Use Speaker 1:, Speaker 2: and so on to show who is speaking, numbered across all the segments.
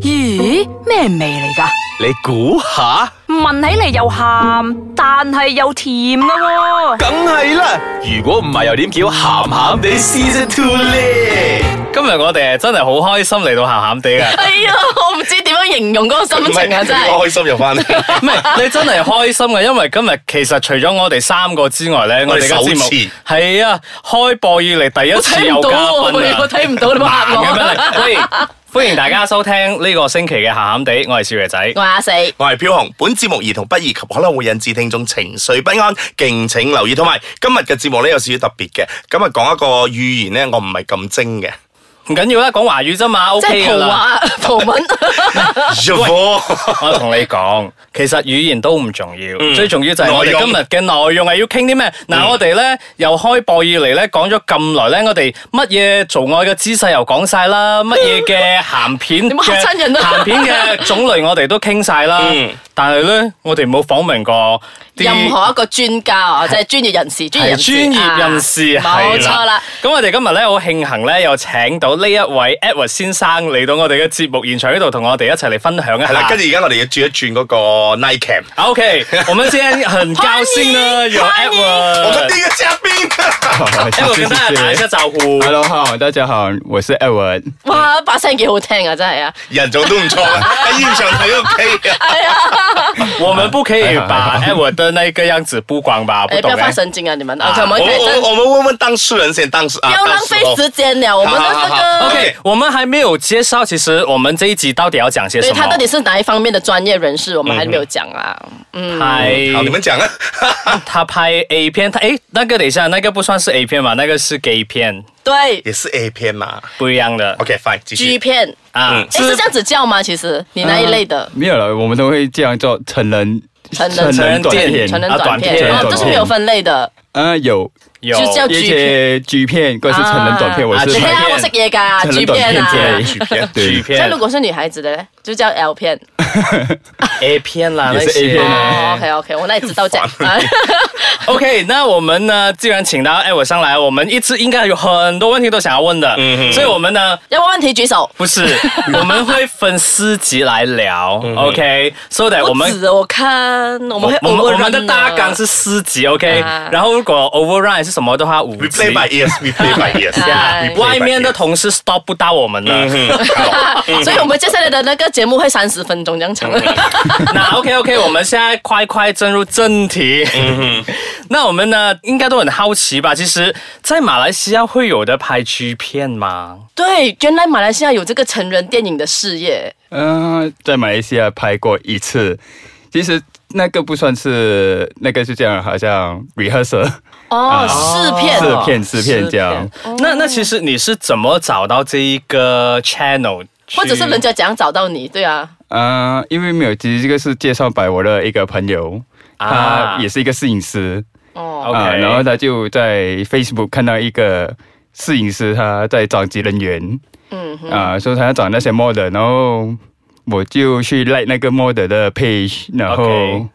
Speaker 1: 咦，咩味嚟噶？
Speaker 2: 你估下，
Speaker 1: 聞起嚟又鹹，但係又甜噶喎、
Speaker 2: 梗係啦。如果唔係，又點叫鹹鹹地 Season Two 咧？
Speaker 3: 今日我哋係真係好開心嚟到鹹鹹地 啊！
Speaker 4: 哎呀，我唔知點樣形容嗰個心情啊，真係。
Speaker 2: 開心 又翻嚟，
Speaker 3: 唔係你真係開心嘅，因為今日其實除咗我哋三個之外咧，我哋嘅節
Speaker 2: 首
Speaker 3: 目
Speaker 2: 次
Speaker 3: 係啊開播以嚟第一
Speaker 4: 我
Speaker 3: 次
Speaker 4: 睇
Speaker 3: 有
Speaker 4: 唔
Speaker 3: 嘉
Speaker 4: 到喎，
Speaker 3: 賓
Speaker 4: 我
Speaker 3: 啊！
Speaker 4: 睇唔到你
Speaker 3: 盲
Speaker 4: 話
Speaker 3: 嘅
Speaker 4: 我。
Speaker 3: 真係，喂，歡迎大家收聽呢個星期嘅鹹鹹地，我係少爺仔。
Speaker 4: 我係阿四，
Speaker 2: 我係飄紅。本節目兒童不宜及可能會引致聽眾情緒不安，敬請留意。同埋今日嘅節目咧有少少特別嘅，今日講一個語言咧，我唔係咁 精嘅。
Speaker 3: 唔緊要啦，講華語啫嘛
Speaker 4: 即
Speaker 3: ，OK
Speaker 4: 係
Speaker 3: 噶
Speaker 4: 葡
Speaker 3: 啦。
Speaker 4: 話葡文。
Speaker 3: 我同你講，其實語言都唔重要，
Speaker 4: 嗯
Speaker 3: 最重要就係我
Speaker 2: 內
Speaker 3: 哋
Speaker 2: 容
Speaker 3: 今日嘅內容係要傾啲咩？嗱、我哋咧由開播以嚟咧講咗咁耐咧，我哋乜嘢做愛嘅姿勢又講晒啦，乜嘢嘅鹹片
Speaker 4: 你冇嚇
Speaker 3: 嘅
Speaker 4: 親人啊
Speaker 3: 鹹片嘅種類我哋都傾晒啦。
Speaker 2: 嗯
Speaker 3: 但係咧，我哋冇訪問過啲
Speaker 4: 任何一個專家啊，即係專業人士，專業人士，
Speaker 3: 係專業人士
Speaker 4: 啊
Speaker 3: 係
Speaker 4: 冇錯啦。。
Speaker 3: 咁我哋今日咧好慶幸咧，有請到呢一位 Edward 先生嚟到我哋嘅節目現場呢度，同我哋一齊嚟分享一
Speaker 2: 係啦，
Speaker 3: 下
Speaker 2: 跟。住而家我哋要轉一轉嗰個 Night Cam。
Speaker 3: OK，我們今天很高興呢，有
Speaker 4: 歡迎
Speaker 2: 我們
Speaker 3: Edward。
Speaker 2: 第一個嘉 賓，
Speaker 3: Edward 跟大家打一下招呼。
Speaker 5: Hello，好，大家好，我是 Edward。
Speaker 4: 哇，把聲幾好聽啊，真係啊。
Speaker 2: 人做都唔錯啊，喺現場睇都 OK 啊。
Speaker 4: 係啊，
Speaker 3: 我們不可以把 Edward 的那個樣子曝光吧？不
Speaker 4: 誒，不
Speaker 3: 懂
Speaker 4: 要
Speaker 3: 哎
Speaker 4: 發。神經啊，你們啊，
Speaker 2: 我
Speaker 4: 我
Speaker 2: 們
Speaker 4: 們認真
Speaker 2: 我我們問問當事人先，當事啊，
Speaker 4: 不要浪
Speaker 2: 當事
Speaker 4: 費時間了。我們的
Speaker 2: 好好
Speaker 4: 那
Speaker 2: 好
Speaker 4: 個，
Speaker 3: OK，我們還沒有介紹，其實我們這一集到底要講些什
Speaker 4: 對
Speaker 3: 麼？
Speaker 4: 他到底是哪一方面的專業人士，我們還沒有講啊。嗯，
Speaker 3: 拍
Speaker 2: 好，你們講啊。
Speaker 3: 他拍 A 片，他哎，那個等一下，那個不算是 A 片吧？那個是 gay 片，
Speaker 4: 對
Speaker 2: 也是 A 片嘛
Speaker 3: 不一樣的
Speaker 2: ，OK fine，繼
Speaker 4: ，G
Speaker 2: 續。
Speaker 4: 片，
Speaker 3: 啊
Speaker 2: 嗯。
Speaker 4: 誒，是這樣子叫嗎？其實你那一類的
Speaker 5: 没有了，我们都会这样做成人
Speaker 4: 成人
Speaker 5: 短
Speaker 3: 成人电
Speaker 5: 片，
Speaker 4: 成人
Speaker 3: 啊
Speaker 4: 短
Speaker 3: 短片
Speaker 4: 片，
Speaker 3: 短
Speaker 4: 哦，
Speaker 3: 片
Speaker 4: 就是没有分類的，
Speaker 5: 啊有
Speaker 3: 有
Speaker 4: 就叫
Speaker 5: 一
Speaker 4: G
Speaker 5: 些 G 片，或是成人短片，
Speaker 4: 啊
Speaker 5: 我是
Speaker 4: 等一
Speaker 3: 啊
Speaker 4: 下我食嘢噶
Speaker 5: 成
Speaker 4: G
Speaker 5: 人短
Speaker 4: 片
Speaker 5: 片
Speaker 4: 啊
Speaker 5: 片。
Speaker 2: G 片，
Speaker 3: G
Speaker 5: 对，
Speaker 4: 那
Speaker 3: 片
Speaker 4: 如、果是女孩子的呢，就叫 L 片。
Speaker 3: A 片啦，
Speaker 5: 也是
Speaker 3: 那些
Speaker 5: A 片啊
Speaker 4: 哦，OK OK，我那也知道讲。啊
Speaker 3: OK，那我们呢，既然请到艾我上来，我们一次应该有很多问题都想要问的，
Speaker 2: 嗯
Speaker 3: 所以我们呢。
Speaker 4: 有冇問題舉手？
Speaker 3: 不 是，我们会分四集来聊，OK，so、that 我
Speaker 4: 不
Speaker 3: 们
Speaker 4: 止哦，我看我们会
Speaker 3: 我们我
Speaker 4: overrun
Speaker 3: 们的大纲是四集，OK，、
Speaker 4: 啊
Speaker 3: 然后如果 overrun 是什么的话，五
Speaker 2: We
Speaker 3: 集
Speaker 2: play。by ears, we play by ears.
Speaker 4: 哎
Speaker 2: We play by
Speaker 3: 外面的
Speaker 2: ears
Speaker 3: 同事 stop 不到我们了。
Speaker 5: 嗯
Speaker 4: 啊 所以我们接下来的那個節目會三十分鐘這樣長。
Speaker 3: 嗯那 OK OK，我们现在快快进入正题。
Speaker 5: 嗯
Speaker 3: 那我们呢，应该都很好奇吧？其实，在马来西亚会有的拍 G 片吗？
Speaker 4: 对，原來馬來西亞有這個成人電影的事業。
Speaker 5: 嗯，在马来西亚拍过一次，其实那个不算是，那个是这样，好像 rehearsal
Speaker 4: 哦，
Speaker 3: 啊
Speaker 4: 試片。
Speaker 5: 试片试片这样。
Speaker 3: 那那其实你是怎么找到这一个 channel？
Speaker 4: 或者是人家怎樣找到你？對啊，
Speaker 5: 啊、因为没有，其实这个是介绍百我的一个朋友，
Speaker 3: 啊
Speaker 5: 他也是一个摄影师
Speaker 4: 哦，
Speaker 3: OK
Speaker 5: 啊然后他就在 Facebook 看到一个摄影师他在找职人员，
Speaker 4: 嗯
Speaker 5: 啊、说他要找那些 model，然后我就去 like 那个 model 的 page，然后
Speaker 3: OK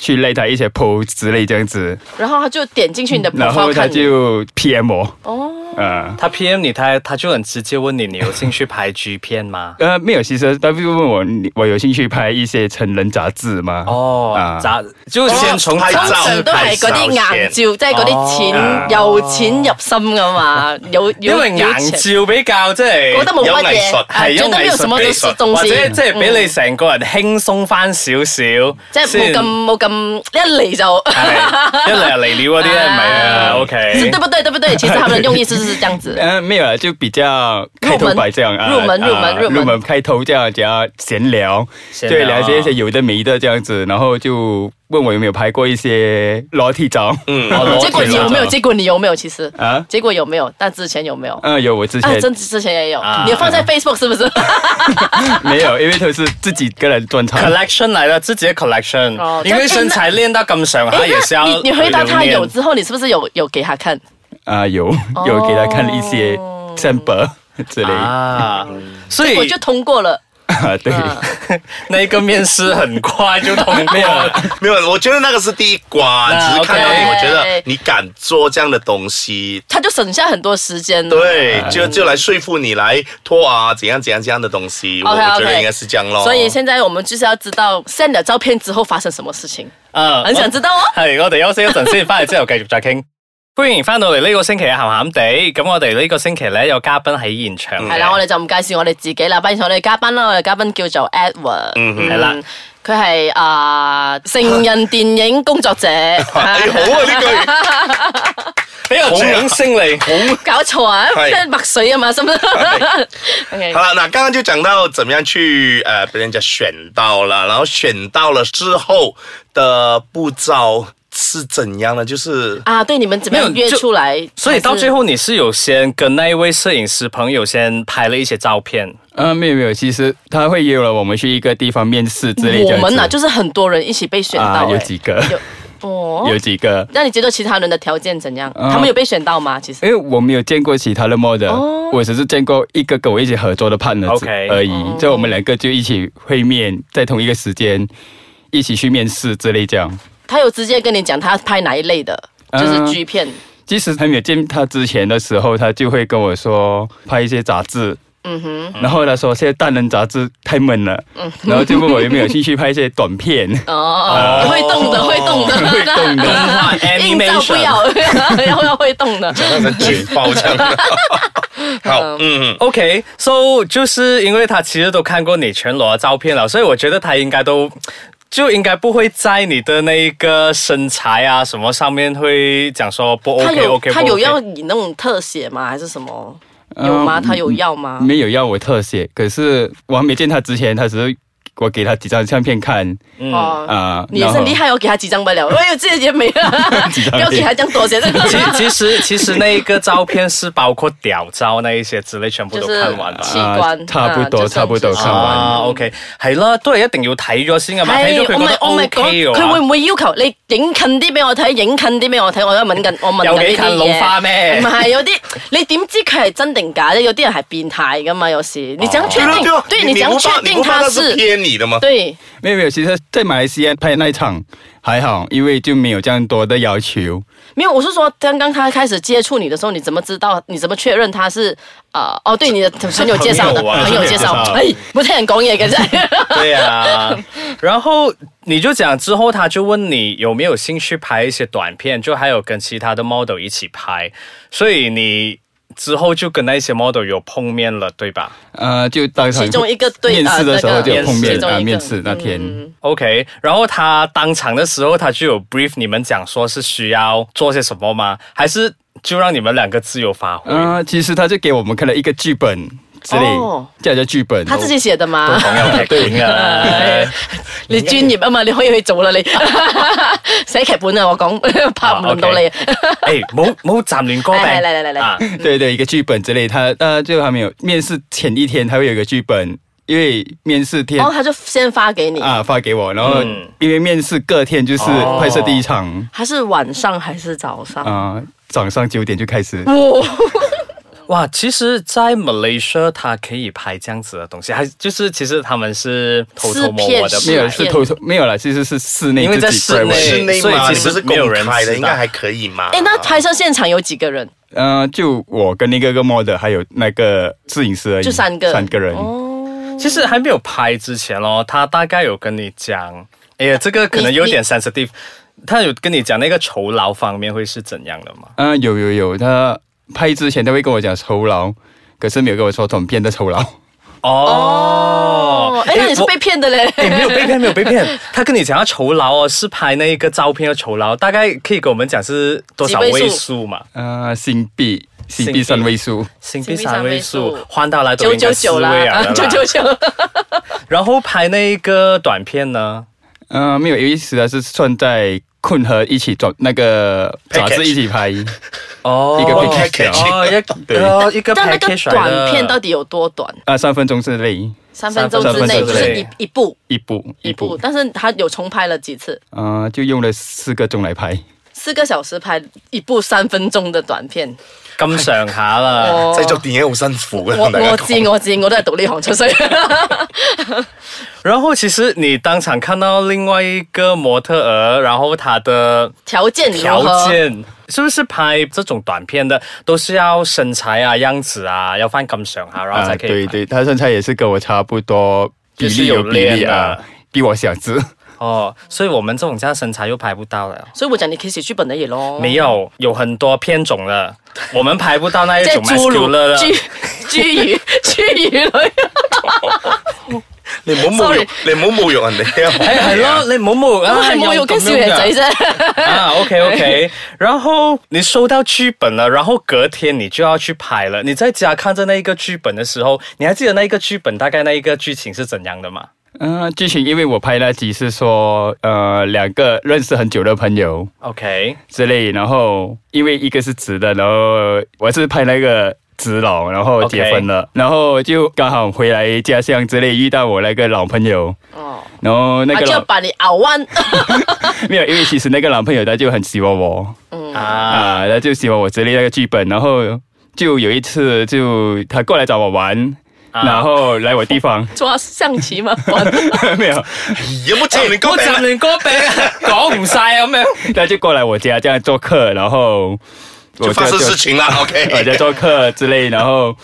Speaker 5: 去 like 他一些 post 之类这样子，
Speaker 4: 然後他就點進去
Speaker 3: 嗯
Speaker 4: 你的 p
Speaker 5: 然
Speaker 4: r
Speaker 5: 后
Speaker 4: o
Speaker 5: 他
Speaker 4: 哦看你。
Speaker 5: 就 PM 我，
Speaker 4: 哦，
Speaker 5: 啊、
Speaker 3: 他 PM 你，他他就很直接问你，你有兴趣拍 G 片 吗？
Speaker 5: 呃，没有，其实他就问我，你我有兴趣拍一些成人杂志吗？
Speaker 3: 哦，咋就先从
Speaker 2: 拍
Speaker 3: 杂
Speaker 2: 照
Speaker 3: 志
Speaker 4: 通常都係嗰啲硬照，即係嗰啲錢由淺入深噶嘛，有
Speaker 3: 因
Speaker 4: 有
Speaker 3: 為硬
Speaker 4: 有錢
Speaker 3: 照比較即係嗯
Speaker 4: 覺得冇乜
Speaker 2: 有藝術
Speaker 4: 嘢，啊
Speaker 3: 係有
Speaker 4: 覺得沒有
Speaker 3: 藝術
Speaker 4: 什麼
Speaker 3: 比
Speaker 4: 東東
Speaker 3: 或者
Speaker 4: 西，
Speaker 3: 即係俾你成個人輕鬆翻少少，
Speaker 4: 即係冇咁冇咁一嚟就。
Speaker 3: 係一 嚟就嚟料嗰啲咧，唔係啊
Speaker 4: 是
Speaker 3: ，OK
Speaker 4: 对。不对？对不对？其實他們的用意是是這樣子。
Speaker 5: 呃，没有啦，就比较开头白这样啊，
Speaker 4: 入门入门
Speaker 5: 啊
Speaker 4: 入门
Speaker 5: 入门开头这样，只要闲聊，
Speaker 3: 闲
Speaker 5: 就
Speaker 3: 聊
Speaker 5: 会了解一些有的没的这样子，然后就问我有没有拍过一些裸体照，嗯
Speaker 3: 哦
Speaker 4: 結果你有沒有？
Speaker 3: 裸體
Speaker 4: 結果你有沒有？其實
Speaker 5: 啊，
Speaker 4: 結果有沒有？但之前有沒有？
Speaker 5: 嗯，有我之
Speaker 4: 啊，
Speaker 5: 前
Speaker 4: 真之前也有
Speaker 3: 啊，
Speaker 4: 你有放在 Facebook 是不是？
Speaker 5: 没有，因为都是自己个人专场，
Speaker 3: collection 嚟啦，自己嘅 collection，、
Speaker 4: 哦
Speaker 3: 因為身材練到咁上下，也是啊要
Speaker 4: 那哎 你你回答他
Speaker 3: 留
Speaker 4: 有
Speaker 3: 念
Speaker 4: 之後，你是不是有有給他看？
Speaker 5: 啊，有
Speaker 4: 哦
Speaker 5: 有给他看了一些 sample 之类，
Speaker 3: 啊，所以
Speaker 4: 我就通過了。
Speaker 5: 啊，对，
Speaker 3: 那一个面试很快就啊通过了。
Speaker 2: 没有，我觉得那个是第一关，
Speaker 3: 那
Speaker 2: 只是看到你，
Speaker 4: OK
Speaker 2: 我觉得你敢做这样的东西，
Speaker 4: 他就省下很多时间了。
Speaker 2: 对，就就来说服你来拖啊，怎样怎样这样的东西，我我
Speaker 4: OK，OK
Speaker 2: 觉得应该是这样咯。
Speaker 4: 所以现在我们就是要知道 send 了照片之后发生什么事情，
Speaker 3: 啊
Speaker 4: 很想知道哦。
Speaker 3: 系，我哋休息一阵先，翻嚟之后继续再倾。欢迎翻到嚟呢个星期嘅咸咸地，咁我哋呢个星期咧有嘉宾喺现场嘅，
Speaker 4: 嗯係啦，我哋就唔介紹我哋自己啦，不如我哋嘉賓啦，我哋嘉賓叫做 Edward，
Speaker 3: 嗯
Speaker 4: 嗯
Speaker 3: 係啦
Speaker 4: 佢係啊成人電影 工作者，
Speaker 2: 哎 好啊呢句，
Speaker 3: 比较掌声嚟。
Speaker 4: 搞錯啊，
Speaker 2: 係
Speaker 4: 即係墨水啊嘛，心諗。OK
Speaker 2: 好了，那刚刚就讲到怎么样去呃被人家选到了，然后选到了之后的步骤是怎样呢？就是
Speaker 4: 啊，对，你们怎么样
Speaker 3: 沒有
Speaker 4: 約
Speaker 3: 就
Speaker 4: 出來？
Speaker 3: 所以到最
Speaker 4: 後，
Speaker 3: 后，你是有先跟那一位摄影师朋友先拍了一些照 片，
Speaker 5: 啊，没有没有，其实他会约了我们去一个地方面试之类这
Speaker 4: 我
Speaker 5: 样子。
Speaker 4: 們啊，就是很多人一起被選
Speaker 5: 啊，
Speaker 4: 到、欸
Speaker 5: 有几个，
Speaker 4: 有哦
Speaker 5: 有几个，
Speaker 4: 那你觉得其他人的条件怎样？
Speaker 5: 嗯
Speaker 4: 他们有被选到吗？其实
Speaker 5: 因为我没有见过其他的 model，、我
Speaker 4: 哦
Speaker 5: 只是见过一个跟我一起合作的 partner
Speaker 3: OK
Speaker 5: 而已，
Speaker 4: 哦
Speaker 5: 就我们两个就一起会面，在同一个时间一起去面试之类这样。
Speaker 4: 他有直接跟你讲他拍哪一类的，就
Speaker 5: 嗯
Speaker 4: 是 G 片。
Speaker 5: 即使还没有见他之前的时候，他就会跟我说拍一些杂志。
Speaker 4: 嗯哼，嗯
Speaker 5: 然后他说现在大人杂志太闷了，然后就问我有没有兴趣拍一些短 片，
Speaker 4: 哦，会动的，会动的，
Speaker 5: 会动
Speaker 3: 动
Speaker 5: 的
Speaker 3: 画
Speaker 4: 硬嗯照不
Speaker 3: animation。
Speaker 4: 要， 要要会动的。
Speaker 2: 那是卷包这样的。好，嗯，
Speaker 3: OK，so、就是因为他其实都看过你全裸的照片了，所以我觉得他应该都就应该不会在你的那一个身材啊什么上面会讲说不
Speaker 4: 他
Speaker 3: OK
Speaker 4: 有
Speaker 3: OK
Speaker 4: 他
Speaker 3: 不
Speaker 4: 有
Speaker 3: OK。
Speaker 4: 要你那种特写吗？还是什么？
Speaker 5: 嗯
Speaker 4: 有吗？他有要吗？
Speaker 5: 没有要我特写，可是我还没见他之前，他只是我给他几张相片看
Speaker 4: 哦，
Speaker 5: 啊，
Speaker 4: 你也
Speaker 5: 然
Speaker 4: 是
Speaker 5: 后
Speaker 4: 很厉害哦，我给他几张不了，我有这些没了，不要给他这样多写 这
Speaker 3: 其
Speaker 4: 个。
Speaker 3: 其实其实那一个照片是包括屌照那一些之类，全部
Speaker 4: 就
Speaker 3: 都
Speaker 4: 是
Speaker 3: 看完了。
Speaker 4: 器官，
Speaker 5: 差不多
Speaker 4: 啊就
Speaker 5: 差不多
Speaker 4: 甚至
Speaker 5: 看完
Speaker 3: 啊，OK，係啦，都係一定要睇咗先噶啊嘛，睇咗
Speaker 4: 係，
Speaker 3: 佢
Speaker 4: 我
Speaker 3: 覺
Speaker 4: 咪
Speaker 3: 得
Speaker 4: 我咪
Speaker 3: OK
Speaker 4: 講，
Speaker 3: 嘅
Speaker 4: 佢會
Speaker 3: 話，
Speaker 4: 唔會要求你影近啲俾我睇，影近啲俾我睇？我而家問緊，我問緊
Speaker 3: 有
Speaker 4: 呢
Speaker 3: 幾近
Speaker 4: 啲
Speaker 3: 老
Speaker 4: 嘢。
Speaker 3: 花咩
Speaker 4: 唔？係有啲，你點知佢係真定假咧？有啲人係變態噶嘛，有時你
Speaker 3: 啊
Speaker 4: 怎樣
Speaker 2: 对
Speaker 4: 確
Speaker 2: 了对
Speaker 4: 定
Speaker 2: 了？
Speaker 4: 啊對，你怎
Speaker 2: 不
Speaker 4: 樣
Speaker 2: 怕
Speaker 4: 確
Speaker 2: 你
Speaker 4: 定
Speaker 2: 不怕
Speaker 4: 他
Speaker 2: 那是
Speaker 4: 是？
Speaker 2: 骗你的吗？
Speaker 4: 對，
Speaker 5: 没有没有，其实，在马来西亚拍那一场还好，因为就没有这样多的要求。
Speaker 4: 沒有，我是說，剛剛他開始接觸你的時候，你怎麼知道？你怎麼確認他是？啊、哦，對，你的朋友介紹的，
Speaker 3: 朋 友啊
Speaker 4: 朋友介紹，
Speaker 5: 朋
Speaker 4: 哎，冇聽人講嘢 嘅啫。
Speaker 3: 對 啊，然後你就講之後，他就問你有沒有興趣拍一些短片，就還有跟其他的 model 一起拍，所以你之後就跟那些 model 有碰面了，對吧
Speaker 5: 呃，就当场
Speaker 4: 其中一个对
Speaker 5: 面试的时候就有碰
Speaker 4: 呃那
Speaker 5: 面
Speaker 4: 个嗯
Speaker 5: 啊，
Speaker 4: 其中一个
Speaker 5: 面试那天，
Speaker 3: ？OK，然後他當場的時候，他就有 brief 你們講說是需要做些什麼嗎？還是就讓你們兩個自由發
Speaker 4: 嗯
Speaker 3: 揮？
Speaker 5: 啊，其实他就给我们看了一个剧本之类
Speaker 4: 哦，
Speaker 5: 叫叫剧本。
Speaker 4: 他自己寫的嘛。
Speaker 3: 朋友劇本啊！
Speaker 4: 你專業啊嘛，你可以去做 啦你寫劇本啊，我 講拍唔輪到你。
Speaker 3: 诶，哎冇冇站亂歌病，
Speaker 4: 嚟嚟嚟嚟嚟
Speaker 3: 啊
Speaker 5: 对对，一个剧本之类，他他就还没有面试前一天，他会有一个剧本，因为面试天
Speaker 4: 然后他就先发给你，
Speaker 5: 啊发给我，然后
Speaker 3: 嗯
Speaker 5: 因为面试隔天就是
Speaker 3: 哦
Speaker 5: 拍摄第一场
Speaker 4: 他是晚上还是早上？
Speaker 5: 啊，早上九点就开始。
Speaker 3: 哇，其实，在 Malaysia，它可以拍这样子的东西，还就是其实他们是偷偷摸摸的
Speaker 4: 是
Speaker 5: 没
Speaker 4: 片
Speaker 5: 有
Speaker 3: 拍，
Speaker 5: 是偷偷没有了，其实是室内
Speaker 3: 因为在
Speaker 5: 自己
Speaker 3: 室
Speaker 5: private
Speaker 3: 内
Speaker 2: 室内
Speaker 3: 所以
Speaker 2: 嘛，
Speaker 3: 其
Speaker 2: 你
Speaker 3: 实
Speaker 2: 不是
Speaker 3: 没有
Speaker 2: 公
Speaker 3: 人
Speaker 2: 开的，
Speaker 3: 知
Speaker 2: 应该
Speaker 3: 道
Speaker 2: 还可以嘛？
Speaker 4: 哎，那拍摄现场有几个人？
Speaker 5: 呃，就我跟那个个 model 还有那个摄影师而已，
Speaker 4: 就三个哦
Speaker 5: 三个人。
Speaker 3: 其实还没有拍之前咯，他大概有跟你讲，哎呀，这个可能有点 sensitive，他有跟你讲那个酬劳方面会是怎样的吗？
Speaker 5: 啊、有有有，他拍之前他会跟我讲酬劳，可是没有跟我说短片的酬 劳。
Speaker 3: 哦
Speaker 4: 哦，，哎，那你是
Speaker 3: 我
Speaker 4: 被骗的 嘞。
Speaker 3: 哎，没有被骗，没有被骗。 他跟你讲要酬劳哦，是拍那一个照片的酬劳，大概可以给我们讲是多少
Speaker 4: 几位数
Speaker 3: 位数嘛？
Speaker 5: 啊、新币新
Speaker 3: 新
Speaker 5: 币
Speaker 3: 币
Speaker 5: 三位数，
Speaker 3: 新
Speaker 4: 币
Speaker 3: 币
Speaker 4: 三
Speaker 3: 三
Speaker 4: 位
Speaker 3: 位
Speaker 4: 数
Speaker 3: 数，换到来都
Speaker 4: 九
Speaker 3: 应
Speaker 4: 九
Speaker 3: 该四
Speaker 4: 九
Speaker 3: 位
Speaker 4: 啦
Speaker 3: 啊，
Speaker 4: 九九九，
Speaker 3: 然后拍那个短片呢？
Speaker 5: 嗯、没有，因为实在是算在混合一起转那个杂
Speaker 2: Package
Speaker 5: 志一起拍，
Speaker 3: 哦
Speaker 5: 一个
Speaker 2: package
Speaker 3: 哦，一
Speaker 5: 对
Speaker 3: 个哦一个
Speaker 4: 但那个
Speaker 3: package 来的
Speaker 4: 短片到底有多短？
Speaker 5: 啊、三分钟之内
Speaker 4: 三分钟之内就是一一部
Speaker 5: 一部呃
Speaker 4: 一部，但是他有重拍了几次？
Speaker 5: 啊、就用了四个钟来拍。
Speaker 4: 四个小时拍一部三分钟的短片。
Speaker 3: 咁上下啦。
Speaker 4: 哦
Speaker 2: 製作電影好辛苦嘅，
Speaker 4: 我
Speaker 2: 同大家
Speaker 4: 我
Speaker 2: 講
Speaker 4: 知我知，我都係讀呢行出身。
Speaker 3: 然后其实你当场看到另外一个模特儿，然后他的
Speaker 4: 条件如何
Speaker 3: 条件是不是拍这种短片的都是要身材啊、样子啊，要翻咁上下，然后
Speaker 5: 啊，
Speaker 3: 才可以
Speaker 5: 对
Speaker 3: 拍、
Speaker 5: 对，他身材也是跟我差不多，
Speaker 3: 就
Speaker 5: 比
Speaker 3: 是
Speaker 5: 例
Speaker 3: 有
Speaker 5: 有比例
Speaker 3: 练
Speaker 5: 啊
Speaker 3: 的，
Speaker 5: 比我小只。
Speaker 3: 哦。所以我们这种这样身材又拍不到了。
Speaker 4: 所以我讲你可以写剧本的也咯。
Speaker 3: 没有，有很多片种了，我们排不到那一
Speaker 4: 即
Speaker 3: 种
Speaker 4: 係侏
Speaker 3: muscular
Speaker 4: 儒
Speaker 3: 了。
Speaker 4: 侏侏儒侏儒類。
Speaker 2: 你唔好侮辱
Speaker 4: Sorry，
Speaker 2: 你唔好侮辱人哋啊！
Speaker 3: 哎，系咯，你唔好侮辱啊！
Speaker 4: 我係冇用跟少
Speaker 3: 又咁樣
Speaker 4: 爺
Speaker 3: 㗎
Speaker 4: 仔啫。
Speaker 3: 啊，OK OK，然后你收到剧本了，然后隔天你就要去拍了。你在家看着那一个剧本的时候，你还记得那一个剧本大概那一个剧情是怎样的吗？
Speaker 5: 嗯、剧情因为我拍那集是说，呃，两个认识很久的朋友
Speaker 3: OK，
Speaker 5: 之类，然后因为一个是直的，然后我是拍那个直佬，然后
Speaker 3: OK
Speaker 5: 结婚了然后就刚好回来家乡之类，遇到我那个老朋友，
Speaker 4: 哦，
Speaker 5: 然后那
Speaker 4: 他
Speaker 5: 个
Speaker 4: 就
Speaker 3: 啊
Speaker 5: 老、
Speaker 4: 把你熬弯。
Speaker 5: 没有，因为其实那个男朋友他就很喜欢我。
Speaker 3: 啊，
Speaker 5: 啊，他就喜欢我之类那个剧本，然后就有一次就他过来找我玩，
Speaker 3: 啊
Speaker 5: 然后来我地方
Speaker 4: 抓象棋嘛，
Speaker 5: 没有，
Speaker 2: 有冇就你
Speaker 3: 我
Speaker 2: 講
Speaker 3: 就
Speaker 2: 明
Speaker 3: 連歌俾啊 講唔晒咁樣。
Speaker 5: 他就过来我家这样做客，然后我
Speaker 2: 就發生
Speaker 5: 做
Speaker 2: 事情啦
Speaker 5: 我家
Speaker 2: ，OK。
Speaker 5: 做客之类，然后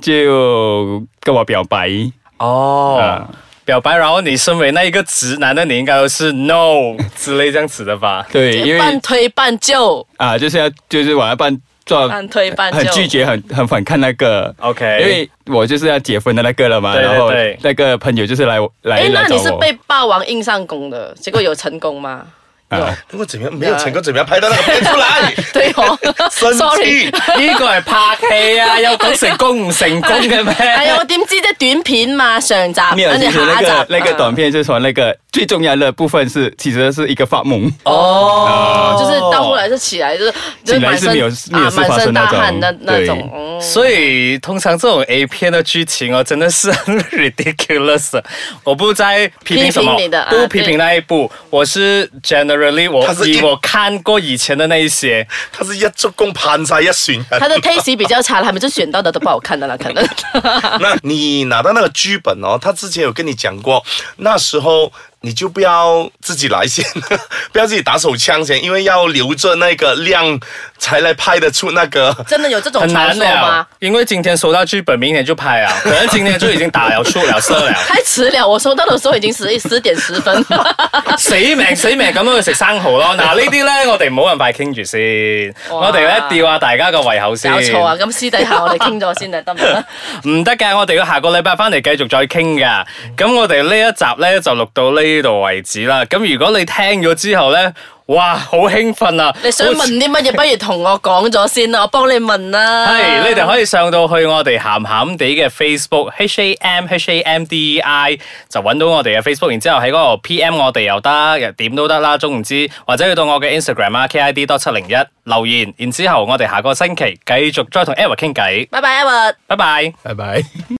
Speaker 5: 就跟我表白。
Speaker 3: 哦
Speaker 5: 啊，
Speaker 3: 表白，然后你身为那一个直男的，你应该都是 no 之类这样子的吧？
Speaker 5: 对，因
Speaker 4: 半
Speaker 5: 为
Speaker 4: 推半就，
Speaker 5: 啊，就是要就是我要扮做
Speaker 4: 半推半就。
Speaker 5: 嗯很拒绝，很很反抗那个。
Speaker 3: OK
Speaker 5: 因为我就是要结婚的那个了嘛，
Speaker 3: 对对
Speaker 5: 然
Speaker 3: 对
Speaker 5: 后那个朋友就是来我来
Speaker 4: 哎，
Speaker 5: 来
Speaker 4: 那
Speaker 5: 找
Speaker 4: 你是
Speaker 5: 我
Speaker 4: 被霸王硬上弓的，结果有成功吗？有，
Speaker 2: 我怎么樣没有成功，怎么樣拍到那个片出来？
Speaker 4: 对哦
Speaker 2: 生知
Speaker 4: ，sorry。
Speaker 3: 呢個係拍戲啊，有講成功唔成功嘅
Speaker 4: 哎
Speaker 3: 咩？
Speaker 4: 呀，我點知啫？短片嘛，上集
Speaker 5: 没有，
Speaker 4: 跟
Speaker 5: 其
Speaker 4: 住
Speaker 5: 实
Speaker 4: 下一
Speaker 5: 那
Speaker 4: 集
Speaker 5: 个那个短，
Speaker 4: 嗯
Speaker 5: 片是说那个最重要的部分是，其实是一个发梦，
Speaker 3: 哦
Speaker 4: 就是到后来是起来就是就是
Speaker 5: 醒来
Speaker 4: 满
Speaker 5: 是
Speaker 4: 身
Speaker 5: 没有没有
Speaker 4: 啊
Speaker 5: 事
Speaker 4: 满
Speaker 5: 发
Speaker 4: 身
Speaker 5: 生
Speaker 4: 大
Speaker 5: 那种
Speaker 4: 汗那那
Speaker 5: 对
Speaker 4: 种，嗯
Speaker 3: 所以通常这种 A 片的剧情哦，真的是很 ridiculous 的。我不在批评什么，
Speaker 4: 批评你的啊
Speaker 3: 不批评那一部，我是 generally 我
Speaker 2: 它是一
Speaker 3: 以我看过以前的那一些，
Speaker 2: 他是一足弓盼晒一船人。
Speaker 4: 他的 taste 比较差，他们就选到的都不好看的啦，可能。
Speaker 2: 那你拿到那个剧本哦，他之前有跟你讲过，那时候你就不要自己来先， 不要自己打手枪先，因为要留着那个量才来拍得出那个。
Speaker 4: 真的有这种
Speaker 3: 很
Speaker 4: 哦传
Speaker 3: 难
Speaker 4: 说吗
Speaker 3: 了？。因为今天收到剧本，明天就拍啊，可能今天就已经打了、出了、射 了，
Speaker 4: 太迟了，我收到的时候已经十十点十分。
Speaker 3: 死命死命咁樣去食生蚝 咯。嗱，呢啲咧我哋唔好咁快傾住先，
Speaker 4: 哇
Speaker 3: 我哋咧吊下大家個胃口先。
Speaker 4: 搞錯啊！咁私底下我哋傾咗先啊，得唔得？
Speaker 3: 唔得噶，我哋要下個禮拜翻嚟繼續再傾噶。咁我哋呢一集呢，就錄到呢度為止啦。咁如果你聽咗之後呢，哇，好興奮啊！
Speaker 4: 你想問啲乜嘢？不如同我講咗先啦，我幫你問啦。
Speaker 3: 係，你哋可以上到去我哋鹹鹹地嘅 Facebook H A M H A M D E I 就揾到我哋嘅 Facebook，然之後喺嗰度 P M 我哋又得，又點都得啦，總唔知或者去到我嘅 Instagram 啊 K I D 多七零一留言，然之後我哋下個星期繼續再同 Eva 傾偈，
Speaker 4: 拜拜，Edward。
Speaker 3: 拜拜。
Speaker 5: 拜拜。